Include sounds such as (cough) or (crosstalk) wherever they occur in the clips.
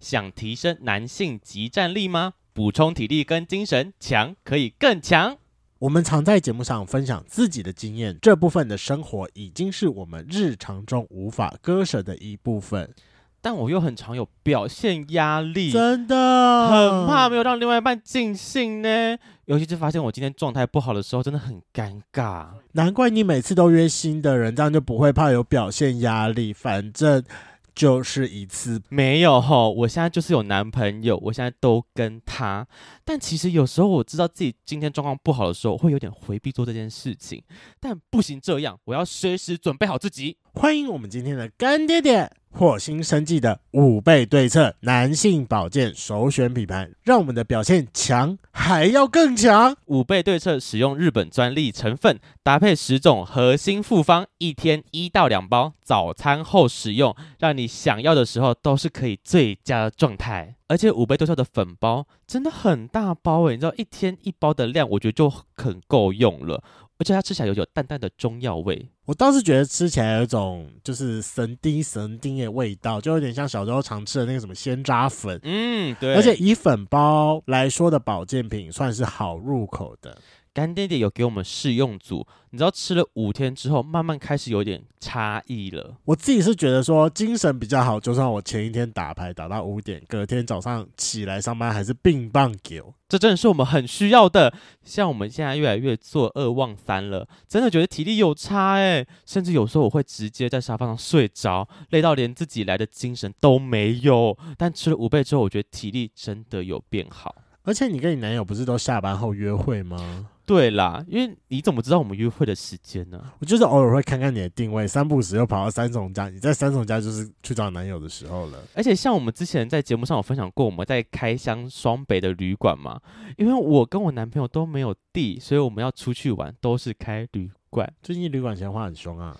想提升男性极战力吗？补充体力跟精神，强可以更强。我们常在节目上分享自己的经验，这部分的生活已经是我们日常中无法割舍的一部分。但我又很常有表现压力，真的很怕没有让另外一半尽兴呢。尤其是发现我今天状态不好的时候，真的很尴尬。难怪你每次都约新的人，这样就不会怕有表现压力。反正就是一次，没有吼，我现在就是有男朋友，我现在都跟他。但其实有时候我知道自己今天状况不好的时候，我会有点回避做这件事情。但不行这样，我要随时准备好自己。欢迎我们今天的干爹爹火星生计的五倍对策男性保健首选品牌，让我们的表现强，还要更强。五倍对策使用日本专利成分，搭配十种核心复方，一天一到两包，早餐后使用，让你想要的时候都是可以最佳的状态。而且五倍对策的粉包真的很大包欸诶，你知道一天一包的量，我觉得就很够用了。而且它吃起来有有淡淡的中药味，我倒是觉得吃起来有一种就是神丁神丁的味道，就有点像小时候常吃的那个什么鲜渣粉。嗯，对而且以粉包来说的保健品，算是好入口的。干爹爹有给我们试用组，你知道吃了五天之后，慢慢开始有点差异了。我自己是觉得说精神比较好，就算我前一天打牌打到五点，隔天早上起来上班还是病棒球。这真的是我们很需要的。像我们现在越来越做二忘三了，真的觉得体力有差诶、甚至有时候我会直接在沙发上睡着，累到连自己来的精神都没有。但吃了五倍之后，我觉得体力真的有变好。而且你跟你男友不是都下班后约会吗？对啦，因为你怎么知道我们约会的时间呢？我就是偶尔会看看你的定位，三不五时又跑到三总家。你在三总家就是去找男友的时候了。而且像我们之前在节目上有分享过，我们在开箱双北的旅馆嘛，因为我跟我男朋友都没有地，所以我们要出去玩都是开旅馆。最近旅馆钱花很凶啊！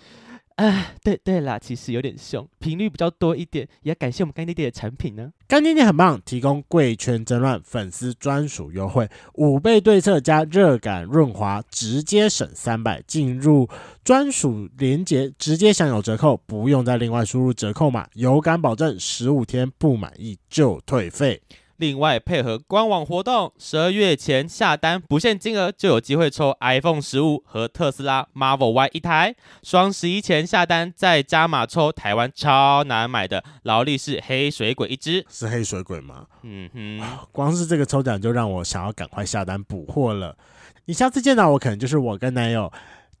对对啦，其实有点凶，频率比较多一点，也要感谢我们干爹爹的产品呢。干爹爹很棒，提供贵圈争乱粉丝专属优惠，五倍对策加热感润滑，直接省三百，进入专属链接直接享有折扣，不用再另外输入折扣码，有感保证十五天不满意就退费。另外，配合官网活动，十二月前下单不限金额就有机会抽 iPhone 十五和特斯拉 Model Y 一台；双十一前下单再加码抽台湾超难买的劳力士黑水鬼一只。是黑水鬼吗？嗯哼。光是这个抽奖就让我想要赶快下单补货了。你下次见到我，可能就是我跟男友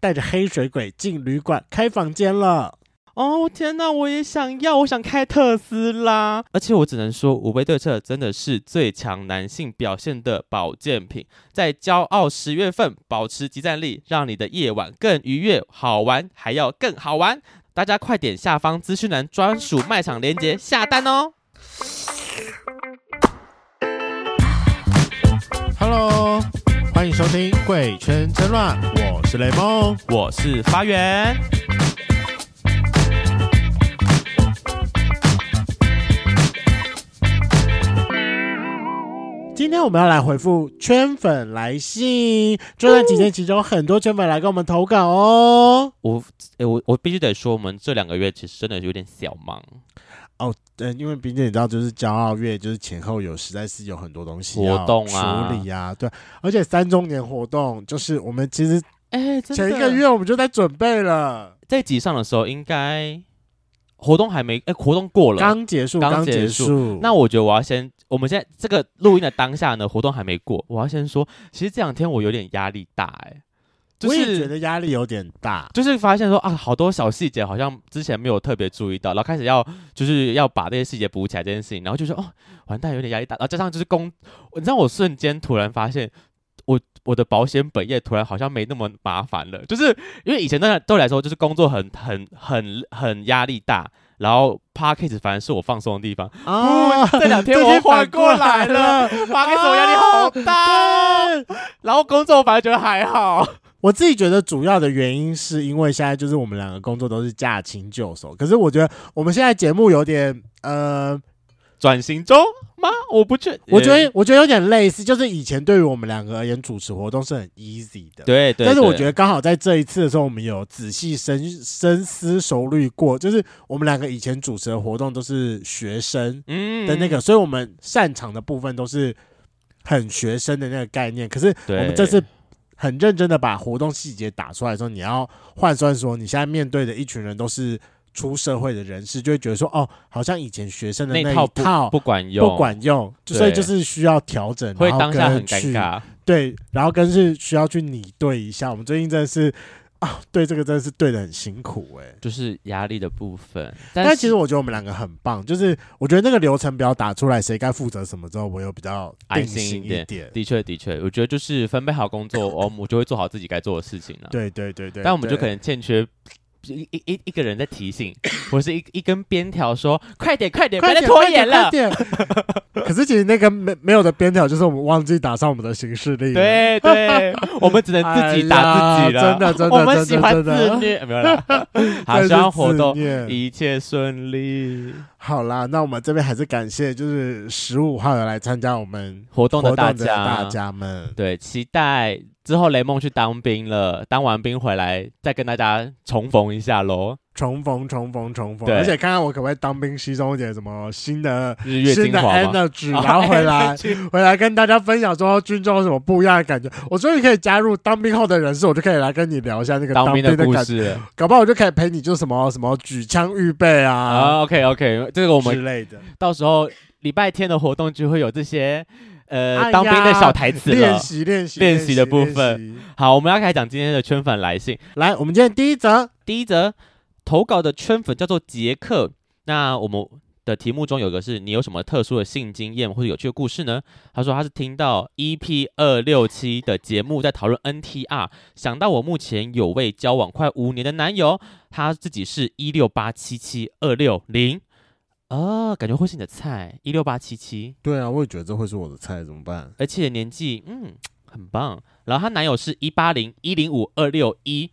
带着黑水鬼进旅馆开房间了。哦天哪，我也想要，我想开特斯拉。而且我只能说，五倍对策真的是最强男性表现的保健品，在骄傲十月份保持集战力，让你的夜晚更愉悦、好玩，还要更好玩。大家快点下方资讯栏专属卖场链接下单哦！ Hello，欢迎收听《贵圈争乱》，我是雷梦。我是发源，今天我们要来回复圈粉来信，这段期间其实有很多圈粉来跟我们投稿哦。我诶我我必须得说，我们这两个月其实真的有点小忙，对，因为毕竟你知道，就是骄傲月，就是前后有实在是有很多东西活要动啊处理啊，对，而且三周年活动就是我们其实哎，真前一个月我们就在准备了，在集上的时候，应该活动还没哎，活动过了，刚结束，刚刚结结束束。那我觉得我要先，我们现在这个录音的当下呢，活动还没过，我要先说，其实这两天我有点压力大、哎，就我也觉是得压力有点大，就是发现说啊，好多小细节好像之前没有特别注意到，然后开始要就是要把这些细节补起来这件事情，然后就说哦，完蛋，有点压力大，然后加上就是工，你知道我瞬间突然发现。我我的保险本业突然好像没那么麻烦了，就是因为以前对对我来说就是工作很很很很压力大，然后 p a c k a g e 反而是我放松的地方，啊，这两 (laughs) 天我缓过来了，发给我压力好大哦。对然后工作我反而觉得还好，我自己觉得主要的原因是因为现在就是我们两个工作都是驾轻就熟，可是我觉得我们现在节目有点呃转型中吗？我不确，我觉得我觉得有点类似，就是以前对于我们两个而言，主持活动是很 easy 的。对对，但是我觉得得刚好在这一次的时候，我们有仔细深深思熟虑过，就是我们两个以前主持的活动都是学生嗯的那个，所以我们擅长的部分都是很学生的那个概念。可是我们这次很认真的把活动细节打出来的时候，你要换算说你现在面对的一群人都是出社会的人士，就会觉得说哦，好像以前学生的那一套不套不管用，不管用，就所以就是需要调整，会然后当下跟很尴去尬。对，然后跟是需要去拟对一下。我们最近真的是啊，对这个真的是对的很辛苦哎、就是压力的部分，但是其实我觉得我们两个很棒，就是我觉得那个流程表打出来，谁该负责什么之后，我有比较定安心一一点点。的确的确，我觉得就是分配好工 (laughs) 作，哦我们就会做好自己该做的事情了。，对对对对，啊但我们就可以能欠缺一一一一个人在提 (laughs) 醒，或是一一根鞭条说快点快点，别快再点拖延了快。点快 (laughs) 点可是其实那个没没有的边条，就是我们忘记打上我们的行事历了。对 (laughs) 对，我们只能自己打自己哎呀了。真的真的，我们真的喜欢真的自虐， (laughs) 没有 (laughs) 啦。好，真希是望活自动虐一切顺利。好啦，那我们这边还是感谢，就是十五号有来参加我们活动活的动大的家，大家们，对，期待之后雷梦去当兵了，当完兵回来再跟大家重逢一下喽。重逢重逢重逢，对而且看看我可不可以当兵吸收一点什么新的日月新精的哎华吗？啊 energy，然后回来回来跟大家分享说军中有什么不一样的感觉。我终于可以加入当兵后的人士，我就可以来跟你聊一下那个当兵兵的故感觉，事了搞不好我就可以陪你就什么什么举枪预 (laughs) 备啊啊。OK OK，这个我之们啊类的到时候礼拜天的活动就会有这些呃、哎呀当兵的小台词练了。习练习练习的部。分练习好，我们要开始讲今天的圈粉来信。来，我们今天第一则第一则投稿的圈粉叫做杰克，那我们的题目中有个是你有什么特殊的性经验或者有趣的故事呢？他说他是听到 EP 二六七的节目在讨论 NTR，想到我目前有位交往快五年的男友，他自己是一六八七七二六零。哦，感觉会是你的菜，一六八七七，对啊，我也觉得这会是我的菜，怎么办？而且年纪，嗯，很棒。然后她男友是一八零一零五二六一，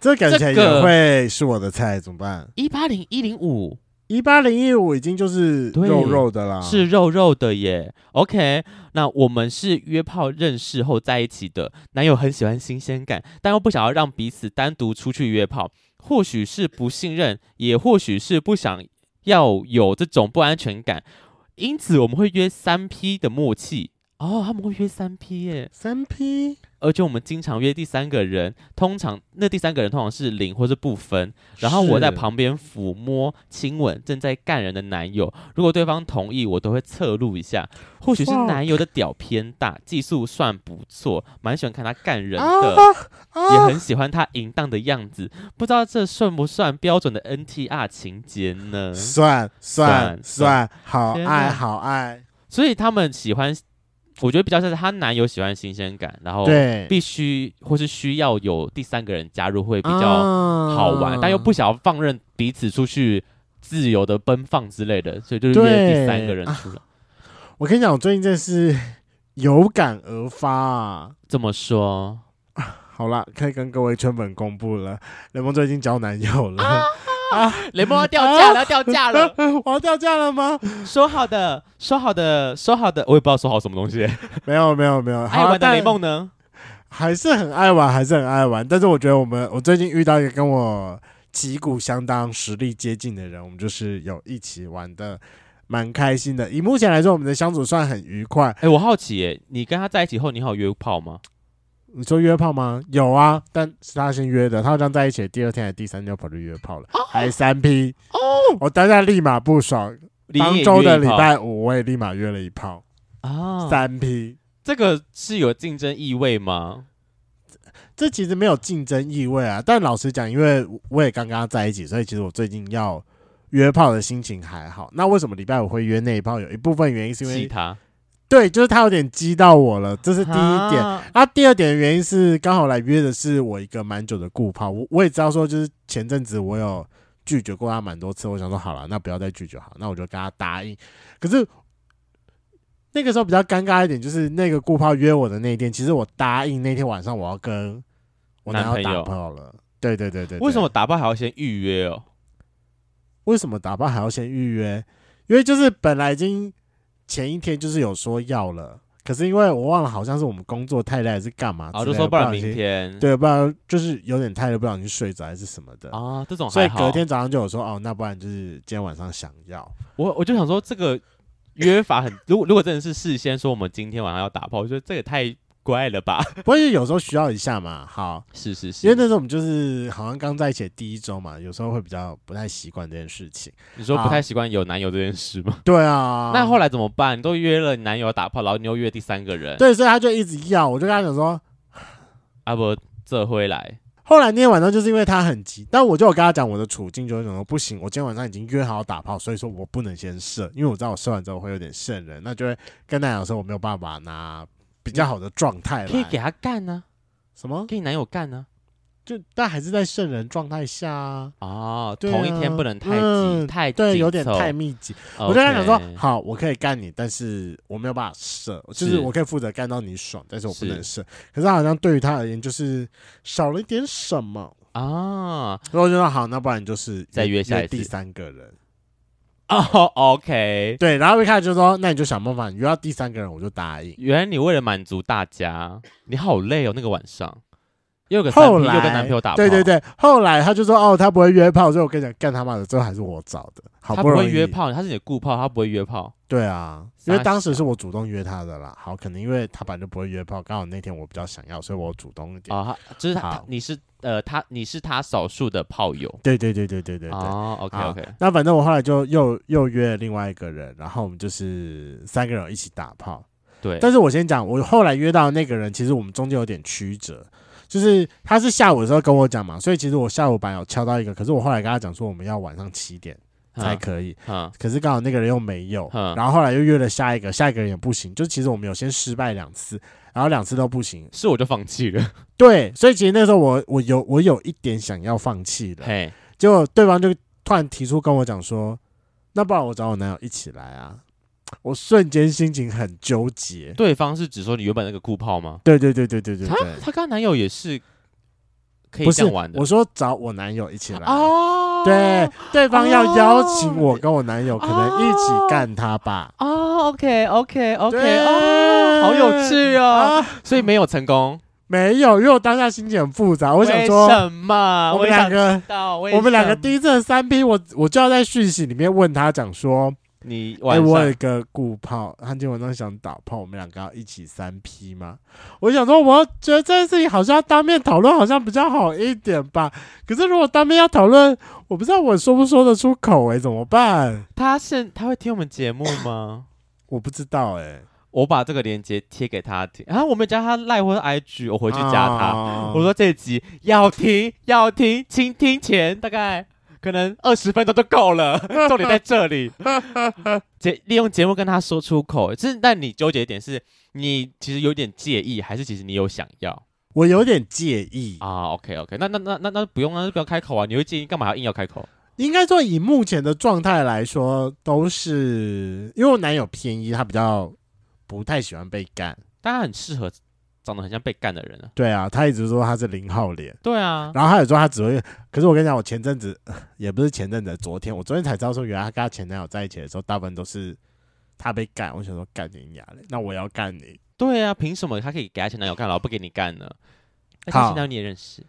这感觉这个也会是我的菜，怎么办？一八零一零五，一八零一五已经就是对肉肉的啦，是肉肉的耶。OK，那我们是约炮认识后在一起的，男友很喜欢新鲜感，但又不想要让彼此单独出去约炮，或许是不信任，也或许是不想要有这种不安全感，因此我们会约三 P 的默契。哦，他们会约三 P 耶，三 P，而且我们经常约第三个人，通常那第三个人通常是零或是不分，然后我在是旁边抚摸、亲吻正在干人的男友，如果对方同意，我都会侧录一下。或许是 Fuck 男友的屌偏大，技术算不错，蛮喜欢看他干人的，啊啊也很喜欢他淫荡的样子。不知道这算不算标准的 NTR 情节呢？算算嗯算算，好天爱哪好爱，所以他们喜欢，我觉得比较像是她男友喜欢新鲜感，然后对，必须或是需要有第三个人加入会比啊较好好玩，但又不想要放任彼此出去自由的奔放之类的，所以就是对约第三个人出来。我跟你讲，我最近真的是 (laughs) 有感而发啊。这么说，好啦，可以跟各位圈粉公布了，雷蒙最近交男友了，啊 (laughs) 雷蒙要掉价了，要掉价了！我要掉价了吗？ (laughs) 说好的，说好的，说好的，我也不知道说好什么东 (laughs) 西。没有没有没有，好爱啦玩的但雷梦呢？还是很爱玩，还是很爱玩。但是我觉得我们，我最近遇到一个跟我旗鼓相当、实力接近的人，我们就是有一起玩的，蛮开心的。以目前来说，我们的相处算很愉快。哎，我好奇耶，你跟他在一起后，你还有约炮吗？你说约炮吗？有啊，但是他先约的，他好像在一起的第二天还是第三天就跑去约炮了，还三批哦。我当下立马不爽，你也当约周的礼炮拜五我也立马约了一炮，啊，三批。这个是有竞争意味吗？这其实没有竞争意味啊。但老实讲，因为我也刚跟他在一起，所以其实我最近要约炮的心情还好。那为什么礼拜五会约那一炮？有一部分原因是因气为他对，就是他有点激到我了，这是第一点。啊啊，第二点的原因是刚好来约的是我一个蛮久的顾炮，我我也知道说，就是前阵子我有拒绝过他蛮多次，我想说好了，那不要再拒绝好，那我就跟他答应。可是那个时候比较尴尬一点，就是那个顾炮约我的那一天，其实我答应那天晚上我要跟我男友男朋友打炮了。对对对对对为什么打炮还要先预约哦？为什么打炮还要先预约？因为就是本来已经前一天就是有说要了，可是因为我忘了，好像是我们工作太累还是干啊嘛之然类的，哦后就说不然小心明天对，不然就是有点太累，不小心睡着还是什么的。啊，这种所以还好。隔天早上就有说哦，那不然就是今天晚上想要，我我就想说这个约法很，如果如果真的是事先说我们今天晚上要打炮，我觉得这也太怪了吧？ (laughs) 不过有时候需要一下嘛。好，是是是，因为那时候我们就是好像刚在一起的第一周嘛，有时候会比较不太习惯这件事情。你说好不太习惯有男友这件事吗？对啊， (laughs) 那后来来怎么办？你都约了你男友打炮，然后你又约第三个人，对，所以他就一直要，我就跟他讲说，啊不，这回来后来那天晚上就是因为他很急，但我就有跟他讲我的处境，就是说不行，我今天晚上已经约好打炮，所以说我不能先射，因为我知道我射完之后会有点瘆人，那就会跟他讲说我没有办法拿比较好的状态可以给来。他干呢、什么？给你男友干啊呢、就但还是在圣人状态下啊，哦，对啊同一天不能太急、嗯太紧对，有点凑太密集。 OK 我就跟他讲说，好，我可以干你，但是我没有办法射，就是是我可以负责干到你爽，但是我不是能射。可是好像对于他而言，就是少了一点什么。啊，然后我就说好，那不然就是再约下一次第三个人。哦，OK，对，然后一开始就说，那你就想办法，你约到第三个人我就答应。原来你为了满足大家，你好累哦，那个晚上又有个三后 P，又来跟男朋友打炮，对对，对，后来他就说哦，他不会约炮，所以我跟你讲，干他妈的，最后还是我找的，好他容易。会约，炮，他是你的顾炮，他不会约炮，对啊，傻因为当时是我主动约他的啦。好，可能因为他本来就不会约炮，刚好那天我比较想要，所以我主动一点。啊，他就是他好，你是呃，他你是他少数的炮友，对对对对对对对。哦，OK 好 OK，那反正我后来就又又约了另外一个人，然后我们就是三个人一起打炮。对，但是我先讲，我后来约到的那个人，其实我们中间有点曲折，就是他是下午的时候跟我讲嘛，所以其实我下午版有敲到一个，可是我后来跟他讲说我们要晚上七点才可以，嗯，可是刚好那个人又没有，嗯然后后来又约了下一个，下一个人也不行，就其实我们有先失败两次，然后两次都不行，是我就放弃了，对，所以其实那时候我我有我有一点想要放弃了， (laughs) 嘿，结果对方就突然提出跟我讲说，那不然我找我男友一起来啊，我瞬间心情很纠结。对方是指说你原本那个顾炮吗？对对对对对对他对，他跟他男友也是可以不这是样玩的我说找我男友一起来，哦，对，对方要邀请我跟我男友可能一起干他吧。哦，OK OK OK，对哦，好有趣哦，啊，所以没有成功。没有，因为我当下心情很复杂，我想为说，什么？我啊也们想两个知道，为我们两个什么第一次的三 P，我我就要在讯息里面问他讲说，你哎、晚我有一上个顾炮，他今天晚上想打炮，我们两个要一起三 P 吗？我想说，我觉得这件事情好像要当面讨论好像比较好一点吧。可是如果当面要讨论，我不知道我说不说得出口、哎，怎么办？他是他会听我们节目吗？我不知道、哎。我把这个链接贴给他听，啊，我没有加他赖或者 IG，我回去加他。啊我说这集要听要听，倾听前大概可能二十分钟就够了，重点在这里。节利用节目跟他说出口，是但你纠结一点是，你其实有点介意，还是其实你有想要我有点介意，啊？OK OK，那那那那那不用啊，那就不要开口啊！你会介意干嘛？要硬要开口？应该说以目前的状态来说，都是因为我男友偏一，他比较不太喜欢被干。但他很适合长得很像被干的人啊。对啊，他一直说他是零号脸，对啊，然后他有说他只会，可是我跟你讲，我前阵子 (laughs) 也不是前阵子，昨天我昨天才知道说，原来他跟他前男友在一起的时候，大部分都是他被干。我想说干你娘嘞，那我也要干你对啊，凭什么他可以给他前男友干，然后不给你干呢？而且好前男友你也认识，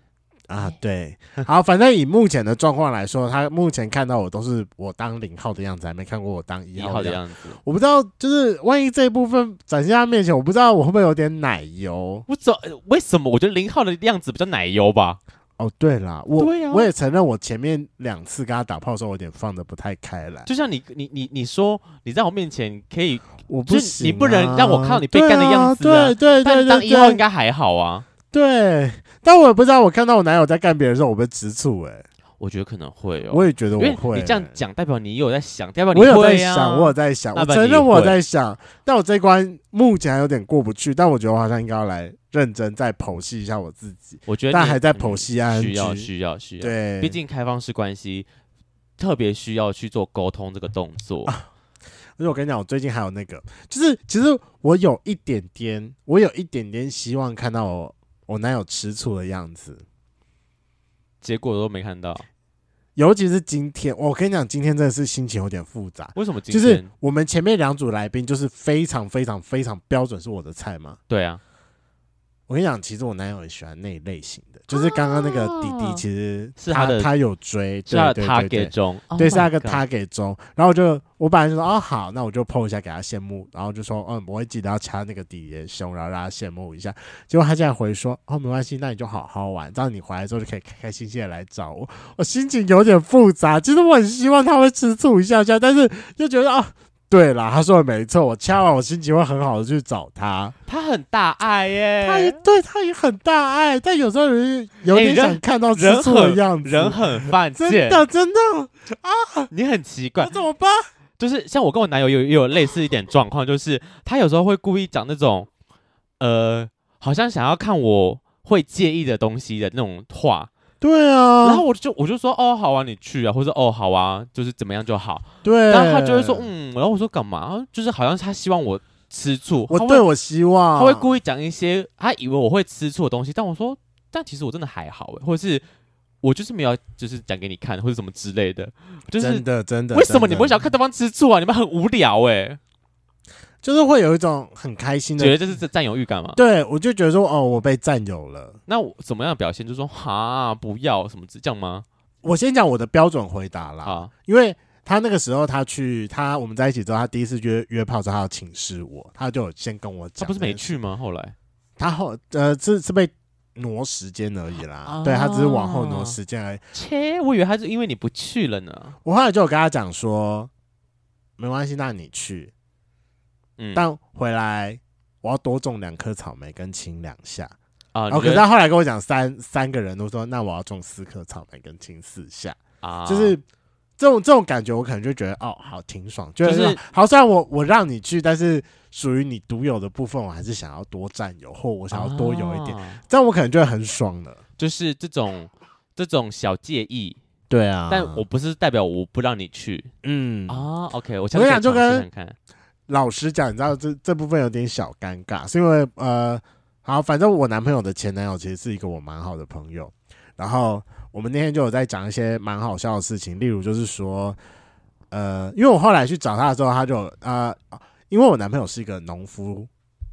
啊！哎对，好，反正以目前的状况来说，他目前看到我都是我当零号的样子，还没看过我当一一号号的的样子。样子。我不知道，就是万一这一部分展现在他面前，我不知道我会不会有点奶油。我怎呃为什么？我觉得零号的样子比较奶油 (laughs) 吧。哦，对啦，我、对啊我也承认，我前面两次跟他打炮的时候，我有点放的不太开来。就像你你你你说你在我面前可以，我不就行、啊，你不能让我看到你被干的样子啊对、啊、对但对你当对一号应对对该还好啊。对，但我也不知道，我看到我男友在干别人的时候，我会吃醋哎、我觉得可能会哦，我也觉因得我为会、你这样讲，代表你有在想，代表你我有在会啊。想，我有在想，那我不然承你认我会在想，但我这一关目前还有点过不去，但我觉得我好像应该要来认真再剖析一下我自己，我觉得但你还在嗯剖析 ING 需要需要需要。对，毕竟开放式关系特别需要去做沟通这个动 (laughs) 作。而且我跟你讲，我最近还有那个，就是其实我有一点点，我有一点点希望看到我我男友吃醋的样子，结果都没看到，尤其是今天，我跟你讲，今天真的是心情有点复杂。为什么今就天？是我们前面两组来宾就是非常非常非常标准是我的菜嘛。对啊，我跟你讲，其实我男友也喜欢那一类型的，就是刚刚那个弟弟，其实哦是他他的他有追，是他的对 target 对中，对对，是他那个 target 中。然后我就我本来就说哦好，那我就 PO 一下给他羡慕，然后就说嗯我会记得要掐那个弟弟的胸，然后让他羡慕一下。结果他竟然回说哦没关系，那你就好好玩，这样你回来之后就可以开开心心的来找我。我心情有点复杂，其实我很希望他会吃醋一下下，但是又觉得啊。对啦，他说的没错，我掐完我心情会很好的去找他。他很大爱 (laughs) 耶，他也对他也很大爱，但有时候人有欸点人想看到吃人醋的很样子，人很犯真贱，的真的，你很奇怪那，怎么办？就是像我跟我男友有也有类似一点状况，就是他有时候会故意讲那种，呃，好像想要看我会介意的东西的那种话，对啊， (laughs) 然后我就我就说哦好啊你去啊，或者哦好啊就是怎么样就好，对，然后他就会说，嗯，然后我说干嘛，然后就是好像他希望我吃醋，我他会对我希望他会故意讲一些他以为我会吃醋的东西，但我说，但其实我真的还好欸，或者是我就是没有，就是讲给你看，或者什么之类的，就是真的真的，为什么真你的们会想要看对方吃醋啊？你们很无聊哎，就是会有一种很开心觉得的，这是占占有欲感嘛？对我就觉得说，哦，我被占有了。那我怎么样的表现？就说哈不要什么之这样吗？我先讲我的标准回答啦，啊，因为他那个时候他去他我们在一起之后，他第一次约约炮之后，他要请示我，他就有先跟我他讲，不是没去吗？后来他后呃是是被挪时间而已啦，啊对他只是往后挪时间而已。切，我以为他是因为你不去了呢。我后来就有跟他讲说，没关系，那你去，嗯，但回来我要多种两颗草莓跟亲两下。啊，然你哦后可觉是得他后来跟我讲三三个人都说，那我要种四颗草莓跟亲四下，啊，就是。这种这种感觉，我可能就觉得哦，好挺爽，就就是是好。虽然我我让你去，但是属于你独有的部分，我还是想要多占有，或我想要多有一点，啊这样我可能就会很爽了。就是这种这种小介意，对啊，但我不是代表我不让你去，嗯，啊，OK，我跟想你想讲就跟看看老实讲，你知道这这部分有点小尴尬，是因为呃，好，反正我男朋友的前男友其实是一个我蛮好的朋友，然后我们那天就有在讲一些蛮好笑的事情，例如就是说，呃，因为我后来去找他的时候，他就呃，因为我男朋友是一个农夫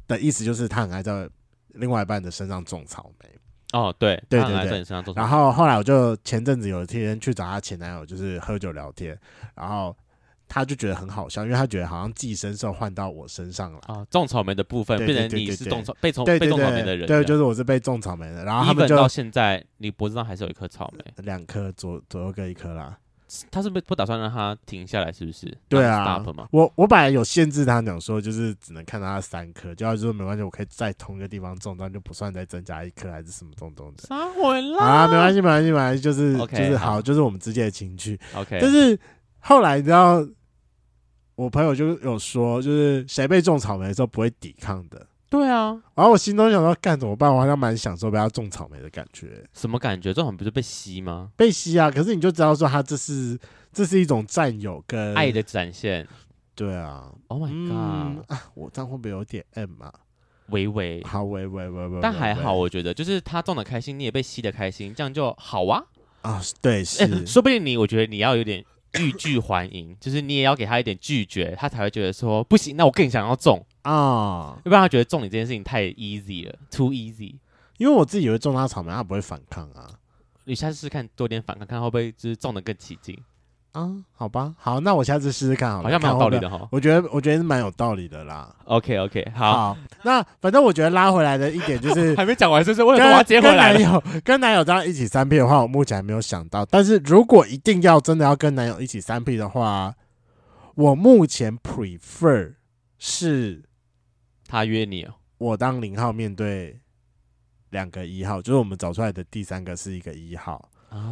的意思，就是他很爱在另外一半的身上种草莓。哦，对，对他很对爱对在你身上做什么，然后后来我就前阵子有一天去找她前男友，就是喝酒聊天，然后他就觉得很好笑，因为他觉得好像寄生兽换到我身上了。啊，种草莓的部分对对变成对你对是对种草被种对哦被对种草莓对，的人这样，对，就是我是被种草莓的，然后他 even 们就到现在你脖子上还是有一颗草莓，两颗左左右各一颗啦。他是不不打算让它停下来，是不是？对让啊它，stop 嘛，我我本来有限制他讲说，就是只能看到他三颗，就他就说没关系，我可以在同一个地方种，但就不算再增加一颗还是什么东东的。撒混好啦啦，没关系，没关系，没关系，就是 OK，就是好好，就是我们之间的情趣。 ，OK，但是后来你知道，我朋友就有说，就是谁被种草莓的时候不会抵抗的。对啊，然后我心中想说，干怎么办？我好像蛮享受被他种草莓的感觉，什么感觉？这种不是被吸吗？被吸啊。可是你就知道说，他这是这是一种占有跟爱，的展现对啊。 ，Oh my 嗯 (laughs) god，啊，我这样会不会有点 M 啊？微微。好，喂喂喂喂，但还好，喂我觉得就是他种的开心，你也被吸的开心，这样就好啊。啊，(laughs) 对，哎是说不定你，我觉得你要有点欲拒还迎， (laughs) 就是你也要给他一点拒绝，他才会觉得说不行，那我更想要中，啊，要不然他觉得中你这件事情太 easy 了，too easy。因为我自己也会种他草莓，他不会反抗啊你下次试试看多点反抗，看会不会就是中的更起劲，啊，好吧，好，那我下次试试看好了，好像蛮有看会道不理会。的哈。我觉得，我觉得是蛮有道理的啦。 OK OK，好，好，那反正我觉得拉回来的一点就是还没讲完，就是我跟有说我要接回来跟了男友 (laughs) 跟男友这样一起三 P 的话，我目前还没有想到。但是如果一定要真的要跟男友一起三 P 的话，我目前 prefer 是他约你哦，我当零号面对两个一号，就是我们找出来的第三个是一个一号。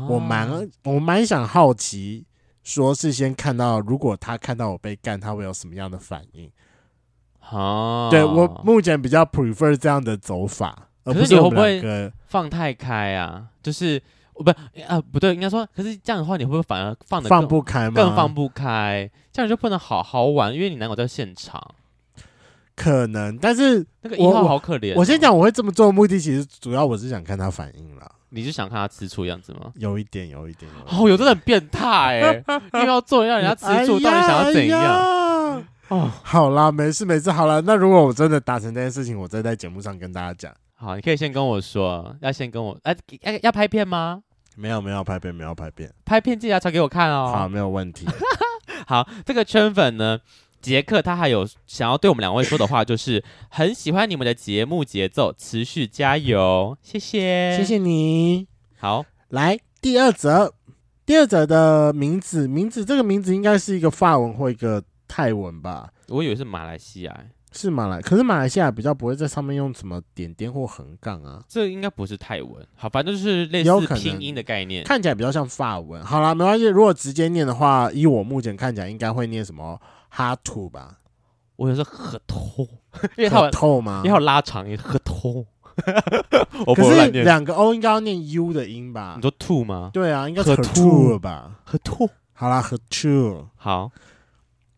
我啊蛮哦我蛮想好奇，说是先看到如果他看到我被干，他会有什么样的反应？啊，对我目前比较 prefer 这样的走法，而可是不你会我不们会两个放太开啊，就是我不啊不对，应该说，可是这样的话，你会不会反而放的放不开吗？更放不开，这样就不能好好玩，因为你男友在现场。可能，但是那个一我号我好可怜哦、我先讲我会这么做的目的，其实主要我是想看他反应啦。你是想看他吃醋的样子 (laughs) 吗？有一点，有一点。哦，有真的很变态 (laughs) 哎、又要做让人家吃醋，到底想要怎样？样？哎呀哦，好啦，没事没事，好啦。那如果我真的达成这件事情，我再在节目上跟大家讲。好，你可以先跟我说，要先跟我，哎、哎要拍片吗？没有没有拍片，没有拍片，拍片记得要传给我看哦。好，没有 (laughs) 问题。好，这个圈粉呢，杰克他还有想要对我们两位说的话，就是很喜欢你们的节目节奏，持续加油，谢谢，谢。谢你。好，来第二则，第二则的名字，名字这个名字应该是一个法文或一个泰文吧？我以为是马来西亚，是马来，可是马来西亚比较不会在上面用什么点点或横杠啊，这应该不是泰文，好，反正就是类有似可能拼音的概念。看起来比较像法文。好啦，没关系，如果直接念的话，依我目前看起来应该会念什么哈土吧？我有时候很痛， (laughs) 因为他可们透吗因为？他们拉长也很痛， (laughs) 我不啊可会是乱念。两个 O 应该要念 U 的音吧你？说吐吗？对啊，应该可是吐 Hatou 吧？很痛。好啦，Hatou。好，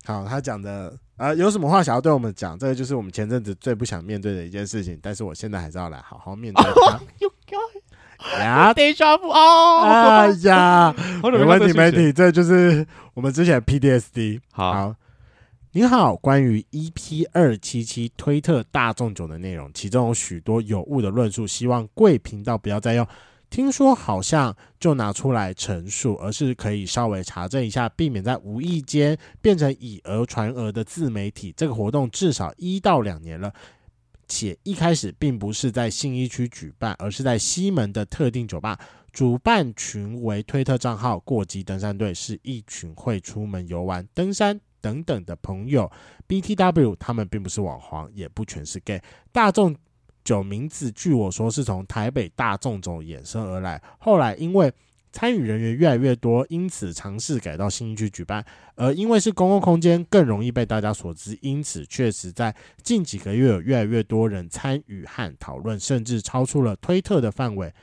好，他讲的呃，有什么话想要对我们讲？这个就是我们前阵子最不想面对的一件事情，但是我现在还是要来好好 (laughs) 面对它又 (laughs) 呀。等一下不哦，哎呀，好久没没问看这题，个没讯息问。题，这就是我们之前的 PDSD。好，好，您好，关于 EP 二七七推特大众酒的内容，其中有许多有误的论述，希望贵频道不要再用。听说好像就拿出来陈述，而是可以稍微查证一下，避免在无意间变成以讹传讹的自媒体。这个活动至少一到两年了，且一开始并不是在信义区举办，而是在西门的特定酒吧。主办群为推特账号“过激登山队”，是一群会出门游玩、登山等等的朋友。BTW 他们并不是网黄，也不全是 gay。大众酒名字，据我说是从台北大众酒衍生而来，后来因为参与人员越来越多，因此尝试改到新区举办。而因为是公共空间，更容易被大家所知，因此确实在近几个月有越来越多人参与和讨论，甚至超出了推特的范围。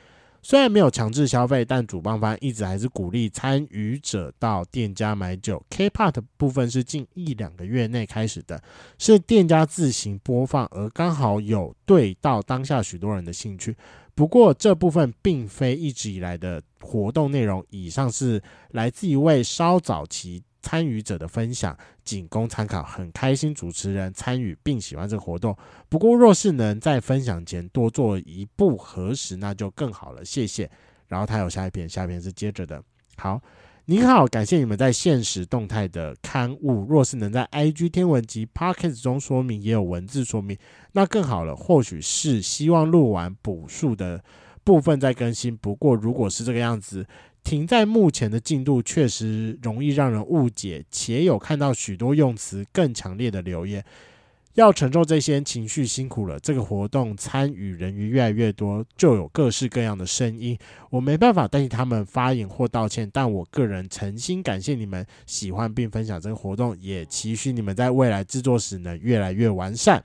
虽然没有强制消费，但主办方一直还是鼓励参与者到店家买酒。K-pop 的部分是近一两个月内开始的，是店家自行播放，而刚好有对到当下许多人的兴趣。不过这部分并非一直以来的活动内容。以上是来自一位稍早期参与者的分享，仅供参考。很开心主持人参与并喜欢这个活动。不过，若是能在分享前多做一步核实，那就更好了。谢谢。然后他有下一篇，下一篇是接着的。好，您好，感谢你们在现实动态的刊物。若是能在 IG 天文及 Podcast 中说明，也有文字说明，那更好了。或许是希望录完补数的部分再更新。不过，如果是这个样子，停在目前的进度确实容易让人误解，且有看到许多用词更强烈的留言。要承受这些情绪，辛苦了。这个活动参与人员越来越多，就有各式各样的声音，我没办法代替他们发言或道歉，但我个人诚心感谢你们喜欢并分享这个活动，也期许你们在未来制作时能越来越完善。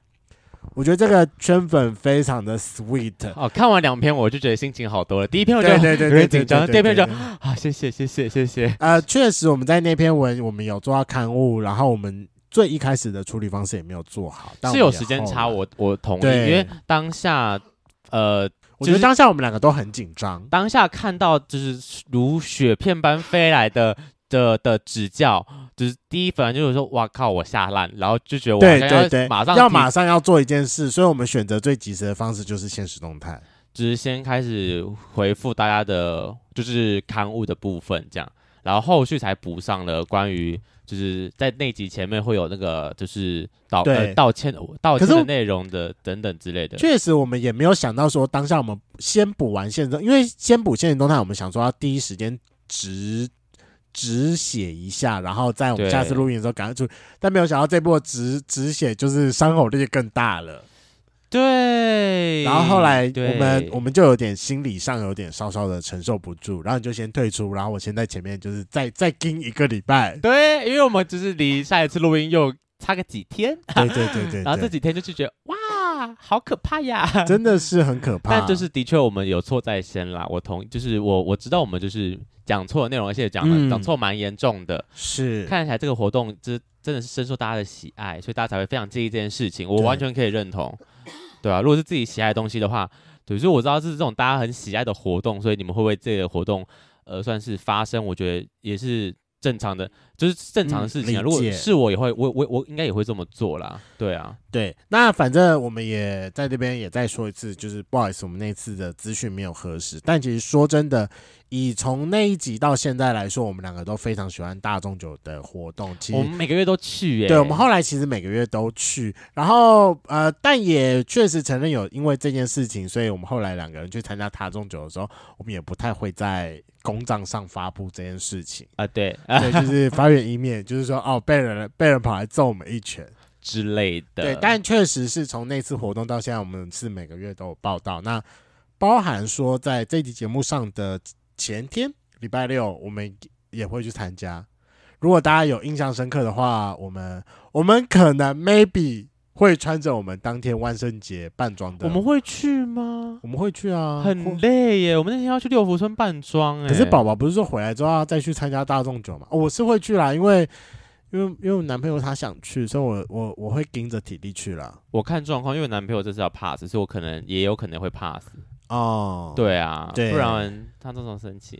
我觉得这个圈粉非常的 sweet，哦，看完两篇我就觉得心情好多了。第一篇我对觉得对对有对，点紧张，对第二篇就对对啊，谢谢谢谢谢谢。呃，确实我们在那篇文我们有做到刊物，然后我们最一开始的处理方式也没有做好，但是有我们也时间后差，来我我同意，因对为当下呃我觉就得是当下我们两个都很紧张。当下看到就是如雪片般飞来的的的指教，就是第一反应就是说哇靠，我下烂，然后就觉得我好对像对对，马上要提马上要做一件事，所以我们选择最及时的方式就是现实动态。就是先开始回复大家的，就是刊物的部分这样，然后后续才补上了关于就是在那集前面会有那个就是道对呃、道歉道歉可是的我内容的等等之类的。确实，我们也没有想到说当下我们先补完现实动，因为先补现实动态，我们想说要第一时间直直写一下，然后在我们对下次录音的时候赶快出。但没有想到这波直直写就是伤口力更大了。对，然后后来对。我们我们就有点心理上有点稍稍的承受不住，然后你就先退出，然后我先在前面就是再再盯一个礼拜 (laughs) 对，因为我们就是离下一次录音又差个几天，对对对对对，然后这几天就是觉得哇，好可怕呀！真的是很可怕。但就是的确我们有错在先啦，我同就是我我知道我们就是讲错内容，而且讲了嗯讲错蛮严重的。是看起来这个活动真真的是深受大家的喜爱，所以大家才会非常介意这件事情。我对完全可以认同，对啊，如果是自己喜爱的东西的话，对，所以我知道是这种大家很喜爱的活动，所以你们会为这个活动呃算是发声，我觉得也是正常的，就是正常的事情、啊嗯理如果解是我也会，我我我应该也会这么做啦。对啊，对，那反正我们也在这边也再说一次，就是不好意思，我们那次的资讯没有核实。但其实说真的，以从那一集到现在来说，我们两个都非常喜欢大众酒的活动。其我实们每个月都去耶、对我们后来其实每个月都去，然后呃，但也确实承认有因为这件事情，所以我们后来两个人去参加塔中酒的时候，哦我们也不太会在公账上发布这件事情，啊，对啊对，就是发表一面，就是说哦，被人被人跑来揍我们一拳，之类的。啊对，但确实是从那次活动到现在，我们是每个月都有报道。那包含说在这期节目上的前天，礼拜六，我们也会去参加。如果大家有印象深刻的话，我们我们可能 maybe 会穿着我们当天万圣节扮装的，我们会去吗？我们会去啊，很或。累耶，我们那天要去六福村扮装哎。可是宝宝不是说回来之后要再去参加大众酒嘛、哦我是会去啦，因为因为因为我男朋友他想去，所以我我我会盯着体力去啦。我看状况，因为我男朋友这次要 pass，所以我可能也有可能会 pass。哦，对啊，对不然他这种生 (laughs) 气，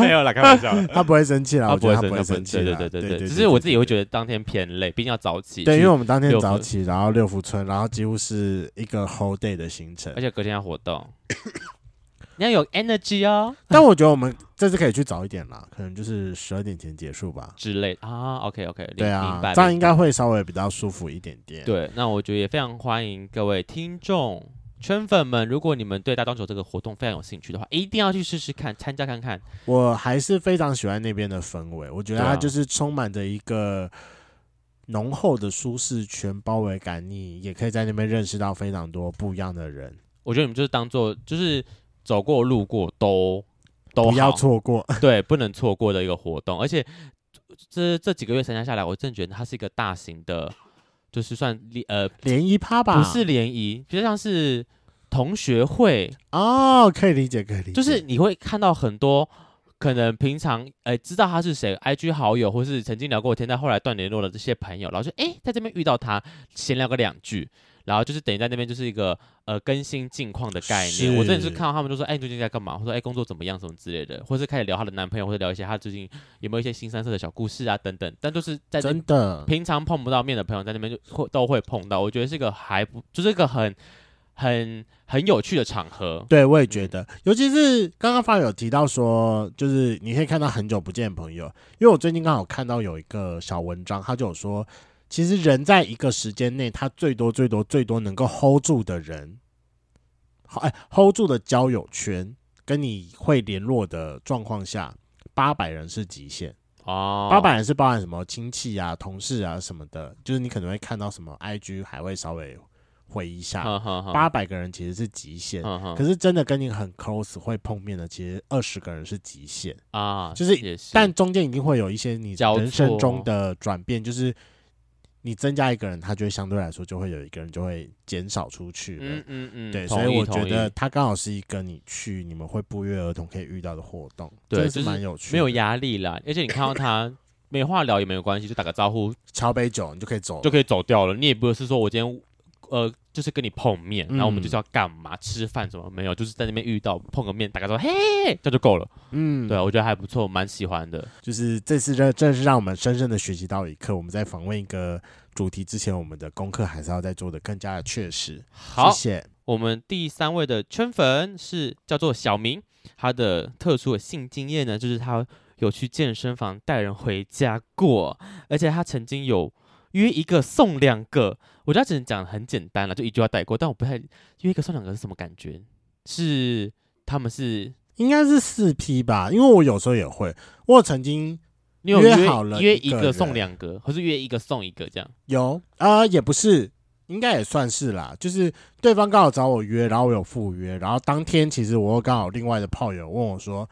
没有啦，开玩笑 (laughs) 啦。他不会生气啦，他我不觉得会他不会生生气，气对啦，对对对。只是我自己会觉得当天偏累，毕竟要早起。对，去因为我们当天六早分起，然后六福村，然后几乎是一个 whole day 的行程而。且隔天要活动，你要有 energy 哦但我觉得我们这次可以去早一点啦，可能就是十二点前结束吧。之类的啊。OK OK，对明啊白，这样明应该会稍微比较舒服一点点。对，那我觉得也非常欢迎各位听众圈粉们，如果你们对大庄酒这个活动非常有兴趣的话，一定要去试试看，参加看看。我还是非常喜欢那边的氛围，我觉得对它啊就是充满着一个浓厚的舒适圈包围感，你也可以在那边认识到非常多不一样的人，我觉得你们就是当做就是走过路过都都不要哦好，错过。 (laughs) 对，不能错过的一个活动。而且这这几个月参加下来，我真的觉得它是一个大型的，就是算联呃联谊趴吧，不是联谊，比较像是同学会，哦，可以理解，可以理解，就是你会看到很多可能平常哎知道他是谁，IG 好友或是曾经聊过天，但后来断联络的这些朋友，然后就哎在这边遇到他，闲聊个两句。然后就是等于在那边就是一个呃更新近况的概念。我真的是是看到他们就说，哎，你最近在干嘛？或者哎工作怎么样什么之类的，或是开始聊她的男朋友，或者聊一些她最近有没有一些新三色的小故事啊等等。但都是在那真的平常碰不到面的朋友，在那边就会都会碰到。我觉得是一个还不就是一个很很很有趣的场合。对，我也觉得，尤其是刚刚发友有提到说，就是你可以看到很久不见的朋友，因为我最近刚好看到有一个小文章，他就有说，其实人在一个时间内，他最多最多最多能够 hold 住的人，好哎，hold 住的交友圈，跟你会联络的状况下，八百人是极限。哦，八百人是包含什么亲戚啊、同事啊什么的，就是你可能会看到什么 IG 还会稍微回一下。哼哼哼，八百个人其实是极限，哼哼可是真的跟你很 close 会碰面的，其实二十个人是极限，啊，就是也是，但中间一定会有一些你交错人生中的转变，就是你增加一个人，他就会相对来说就会有一个人就会减少出去了。嗯嗯嗯，对，同所以意我觉同意得它刚好是一个你去你们会不约而同可以遇到的活动，对真的就是是蛮有趣的。没有压力啦，而且你看到他没话聊也没有关系，就打个招呼敲杯酒，你就可以走就了。可以走掉了。你也不是说我今天。呃，就是跟你碰面，嗯然后我们就是要干嘛、吃饭什么没有，就是在那边遇到碰个面，打个招呼，嘿，这就够了。嗯，对，啊我觉得还不错，蛮喜欢的。就是这次这正是让我们深深的学习到一课。我们在访问一个主题之前，我们的功课还是要再做的更加的确实。好，谢谢。我们第三位的圈粉是叫做小明，他的特殊的性经验呢，就是他有去健身房带人回家过，而且他曾经有约一个送两个，我觉得他只能讲得很简单了，就一句话带过，但我不太约一个送两个是什么感觉？是他们是应该是四 P 吧，因为我有时候也会，我曾经你有约约好了约一一个个送人两个，或是约一个送一个这样？有啊、呃也不是，应该也算是啦，就是对方刚好找我约，然后我有赴约，然后当天其实我又刚好另外的炮友问我说。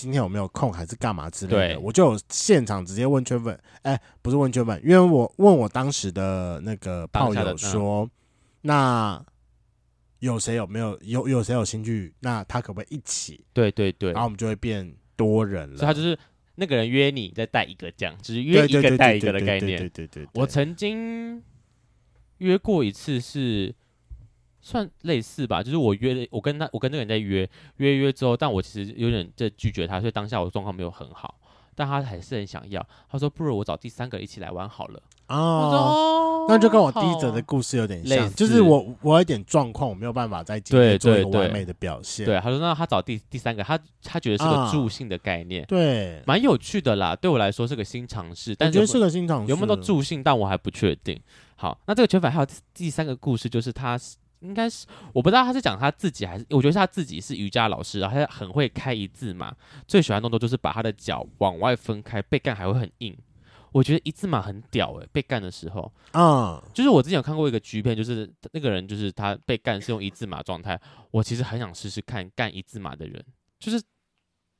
今天有没有空，还是干嘛之类对的？我就有现场直接问圈粉，哎、不是问圈粉，因为我问我当时的那个当炮下的嗯友说，那有谁有没有有有谁有兴趣？那他可不可以一起？对对对，然后我们就会变多人了。所以他就是那个人约你再带一个这样，就是对约一对对个对带对一个的对概对念对。对对对，我曾经约过一次是算类似吧，就是我约了，我跟他，我跟那个人在约，约一约之后，但我其实有点在拒绝他，所以当下我的状况没有很好，但他还是很想要。他说：“不如我找第三个一起来玩好了。我说哦哦，那就跟我第一则好的故事有点类像，似就是我我有点状况，我没有办法在今天对做一对个对完美的表现。对，啊他说那他找第第三个，他他觉得是个啊助兴的概念，对，蛮有趣的啦。对我来说是个新尝试，但我觉是得是个新尝试。有没有到助兴，但我还不确定。好，那这个拳法还有第第三个故事，就是他是应该是我不知道他是讲他自己还是，我觉得是他自己是瑜伽老师，然后他很会开一字马，最喜欢动作就是把他的脚往外分开，被干还会很硬。我觉得一字马很屌诶、被干的时候，嗯，就是我之前有看过一个剧片，就是那个人就是他被干是用一字马状态，我其实很想试试看干一字马的人，就是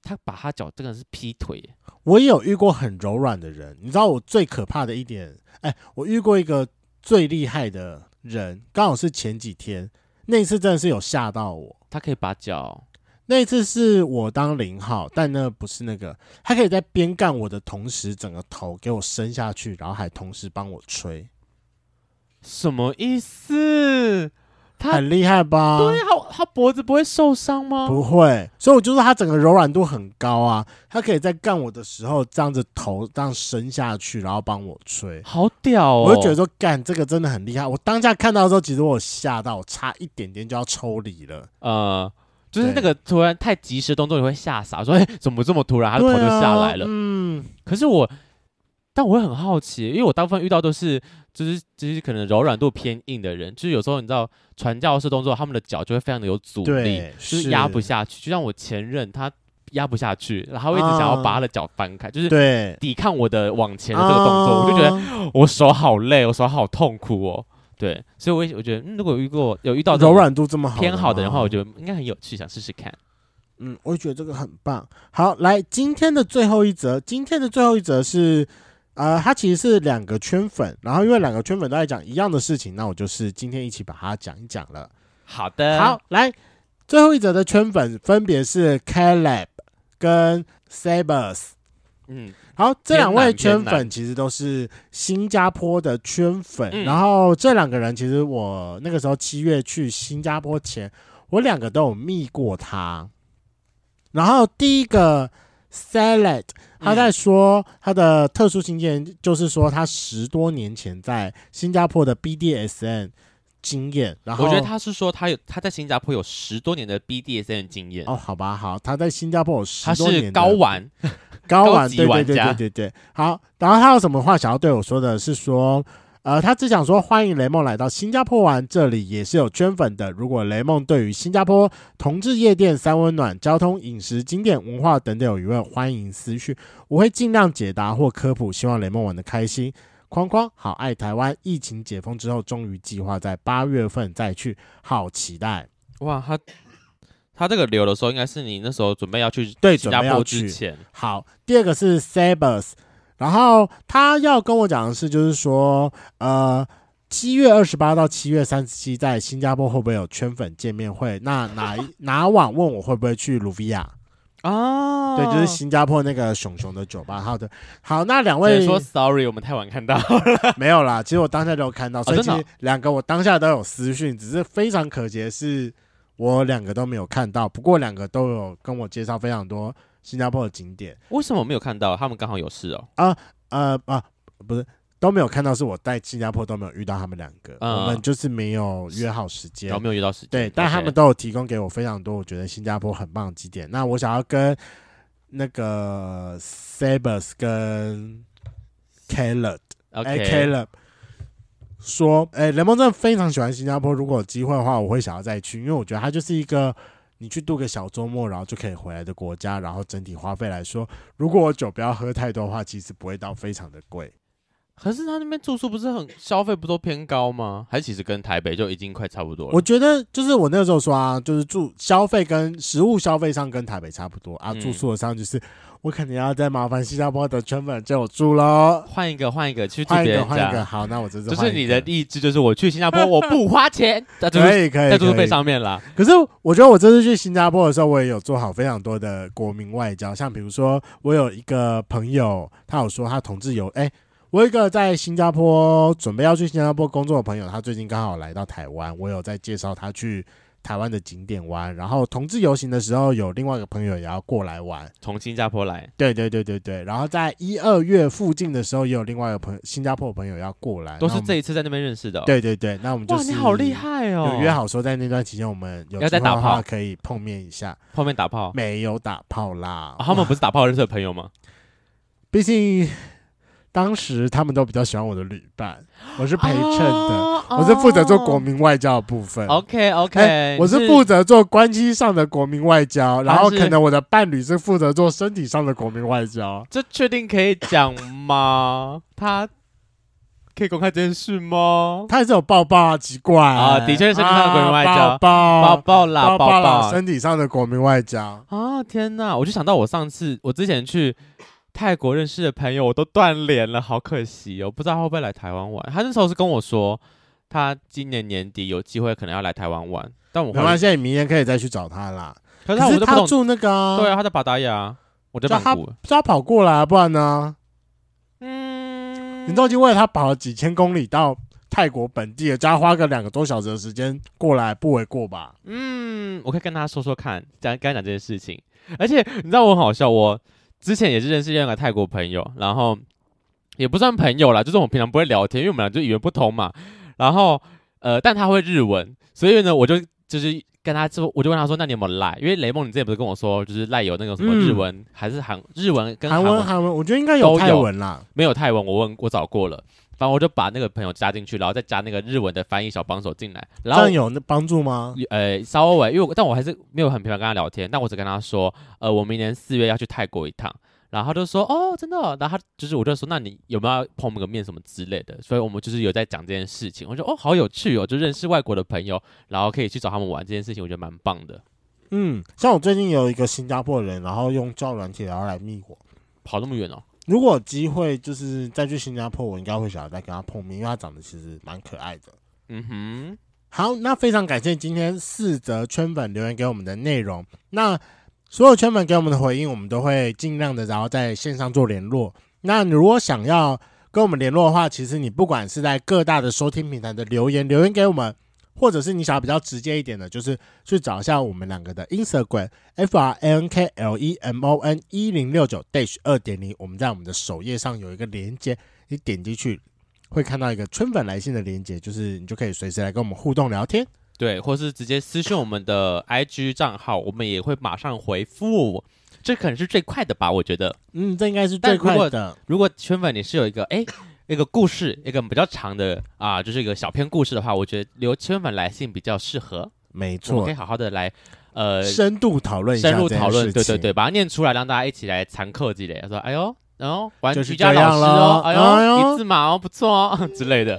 他把他脚真的是劈腿欸耶、我也有遇过很柔软的人，你知道我最可怕的一点，哎，我遇过一个最厉害的人，刚好是前几天那一次，真的是有吓到我。他可以把脚那一次是我当零号，但那不是那个，他可以在边干我的同时，整个头给我伸下去，然后还同时帮我吹，什么意思？他很厉害吧？对，啊他他脖子不会受伤吗？不会，所以我就说他整个柔软度很高啊，他可以在干我的时候这样子头这样伸下去，然后帮我吹。好屌哦！我就觉得说，干这个真的很厉害。我当下看到的时候，其实我有吓到，我差一点点就要抽离了。呃，就是那对个突然太及时的动作，你会吓傻，说哎、怎么这么突然？他的头对就啊下来了。嗯，可是我，但我会很好奇，因为我大部分遇到都是就是就是可能柔软度偏硬的人，就是有时候你知道传教士动作，他们的脚就会非常的有阻力，对，就是压不。下去。就像我前任他压不下去，然后他会一直想要把他的脚翻开，就是啊对，啊抵抗我的往前的这个动作，我就觉得得我手好累，我手好痛苦哦。对，所以我也我觉得，嗯，如果有遇过有遇到这种柔软度嗯这么好，偏好的人的话，我得，觉得应该很有趣，想试试看。嗯，我也觉得这个很棒。好，来今天的最后一则，今天的最后一则是。呃，它其实是两个圈粉，然后因为两个圈粉都在讲一样的事情，那我就是今天一起把它讲一讲了。好的，好，，来最后一则的圈粉分别是 Caleb 跟 Sabers。嗯，好，这两位圈天哪粉其实都是新加坡的圈粉，嗯然后这两个人其实我那个时候七月去新加坡前，我两个都有密过他。然后第一个 Salad，他嗯在说他的特殊经验，就是说他十多年前在新加坡的 BDSN 经验，然后我觉得他是说他有他在新加坡有十多年的 BDSM 经验，哦，好吧，好，他在新加坡有十他多年是的高玩，高高玩，级对对玩对家对对对。好，然后他有什么话想要对我说的？是说，呃，他只想说欢迎雷梦来到新加坡玩，这里也是有圈粉的。如果雷梦对于新加坡同志夜店、三温暖、交通、饮食、景点、文化等等有疑问，欢迎私讯，我会尽量解答或科普。希望雷梦玩的开心。框框好爱台湾，疫情解封之后，终于计划在八月份再去，好期待。哇，他他这个留的时候，应该是你那时候准备要去对新加准备要坡去之前，好，第二个是 Sabers，然后他要跟我讲的是，就是说，呃，七月二十八到七月三十七在新加坡会不会有圈粉见面会？那哪一哪晚问我会不会去卢比亚？啊，哦对，就是新加坡那个熊熊的酒吧。好的，好，那两只位能说 sorry，我们太晚看到， (laughs) 没有啦。其实我当下就有看到，所真以其的哦实两个我当下都有私讯，只是非常可惜的是，我两个都没有看到。不过两个都有跟我介绍非常多新加坡的景点。为什么没有看到？他们刚好有事哦。呃啊，不是都没有看到，是我在新加坡都没有遇到他们两个，嗯我们就是没有约好时然间后。没有遇到时间，对，但他们 OK 都有提供给我非常多，我觉得新加坡很棒的几点。那我想要跟那个 Sabers 跟 Caleb，哎 OK， Caleb 说，哎，雷蒙真的非常喜欢新加坡，如果有机会的话，我会想要再去，因为我觉得它就是一个。你去度个小周末，然后就可以回来的国家，然后整体花费来说，如果我酒不要喝太多的话，其实不会到非常的贵。可是他那边住宿不是很消费不都偏高吗？还是其实跟台北就已经快差不多了我？觉得就是我那时候说啊，就是住消费跟食物消费上跟台北差不多啊，嗯住宿的上就是我可能要再麻烦新加坡的圈粉借我住喽。换一个，换一个，去住换一别个，人换一个，家。好，那我这次就是换一你个的意志，就是我去新加坡，我不花钱，那就是可以可以在住宿可费以上面啦。可是我觉得我这次去新加坡的时候，我也有做好非常多的国民外交，像比如说我有一个朋友，他有说他同志游，哎、我有一个在新加坡准备要去新加坡工作的朋友，他最近刚好来到台湾，我有在介绍他去台湾的景点玩。然后同志游行的时候，有另外一个朋友也要过来玩。从新加坡来，对对对对对。然后在一二月附近的时候，也有另外一个朋友新加坡的朋友要过来，都那是我们这一次在那边认识的哦、哎对对对，那我们就哇，是你好厉害哦！有约好说在那段期间我们有要再计划的打话炮可以碰面一下，后面打炮、没有打炮啦啊，他们不是打炮认识的朋友吗？毕竟当时他们都比较喜欢我的旅伴，我是陪衬的，哦我是负责做国。民外交的部分。 OK OK，、哎我是负责做关系上的国民外交，然后是可能我的伴侣是负责做身体上的国民外交。这确定可以讲 (laughs) 吗？他可以公开这件事吗？他还是有抱抱啊，奇怪啊的确是身体上的国民外交啊抱抱抱抱啦，抱抱啦，抱！身体上的国民外交。啊，天哪！我就想到我上次，我之前去泰国认识的朋友，我都断联了，好可惜哦，不知道他会不会来台湾玩。他那时候是跟我说，他今年年底有机会可能要来台湾玩，但我没后关来系，你明天可以再去找他啦。可是他我可是都不他懂，住那个、啊，对啊，他在巴达雅，我在叫曼他谷。他跑过来、啊，不然呢？嗯你都已经为了他跑了几千公里到泰国本地了，只要花个两个多小时的时间过来，不为过吧？嗯，我可以跟他说说看，讲跟他讲这件事情。而且你知道我很好笑，我之前也是认识另外一个泰国朋友，然后也不算朋友啦，就是我们平常不会聊天，因为我们俩就语言不通嘛。然后呃，但他会日文，所以呢，我就就是跟他说，我就问他说，那你有没有赖？因为雷蒙，你之前不是跟我说，就是赖有那个什么嗯日文、还是韩日文跟韩韩文，韩文，我觉得应该有泰文啦。没有泰文，我问我找过了。反正我就把那个朋友加进去，然后再加那个日文的翻译小帮手进来，这然后样有那帮助吗？呃，稍微，因为我但我还是没有很频繁跟他聊天，但我只跟他说，呃，我明年四月要去泰国一趟，然后他就说，哦，真的哦，然后他就是我就说，那你有没有要碰个面什么之类的？所以我们就是有在讲这件事情，我就哦，好有趣哦，就认识外国的朋友，然后可以去找他们玩这件事情，我觉得蛮棒的。嗯，像我最近有一个新加坡人，然后用交友软体然后来密我。跑那么远哦，如果有机会就是再去新加坡，我应该会想要再跟他碰面，因为他长得其实蛮可爱的。嗯哼，好，那非常感谢今天四则圈粉留言给我们的内容。那所有圈粉给我们的回应，我们都会尽量的，然后在线上做联络。那你如果想要跟我们联络的话，其实你不管是在各大的收听平台的留言留言给我们，或者是你想要比较直接一点的，就是去找一下我们两个的 Instagram f r a n k l e m o n 一零六九 dash 二点零，我们在我们的首页上有一个连接，你点进去会看到一个春粉来信的连接，就是你就可以随时来跟我们互动聊天。对，或是直接私信我们的 IG 账号，我们也会马上回复，这可能是最快的吧，我觉得。嗯，这应该是但最如果快的。如果圈粉你是有一个哎。一个故事，一个比较长的啊，就是一个小篇故事的话，我觉得留圈粉来信比较适合。没我们错可以，好好的来，呃，深度讨论一下深入这件讨论，事对对情，对，把它念出来，让大家一起来参课积累。说，哎呦，然、后玩就是瑜伽这老样师咯哦，哎呦，哎呦一字马哦，不错哦之类的。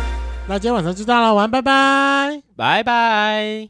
那今天晚上就到了，晚安，拜拜。拜拜。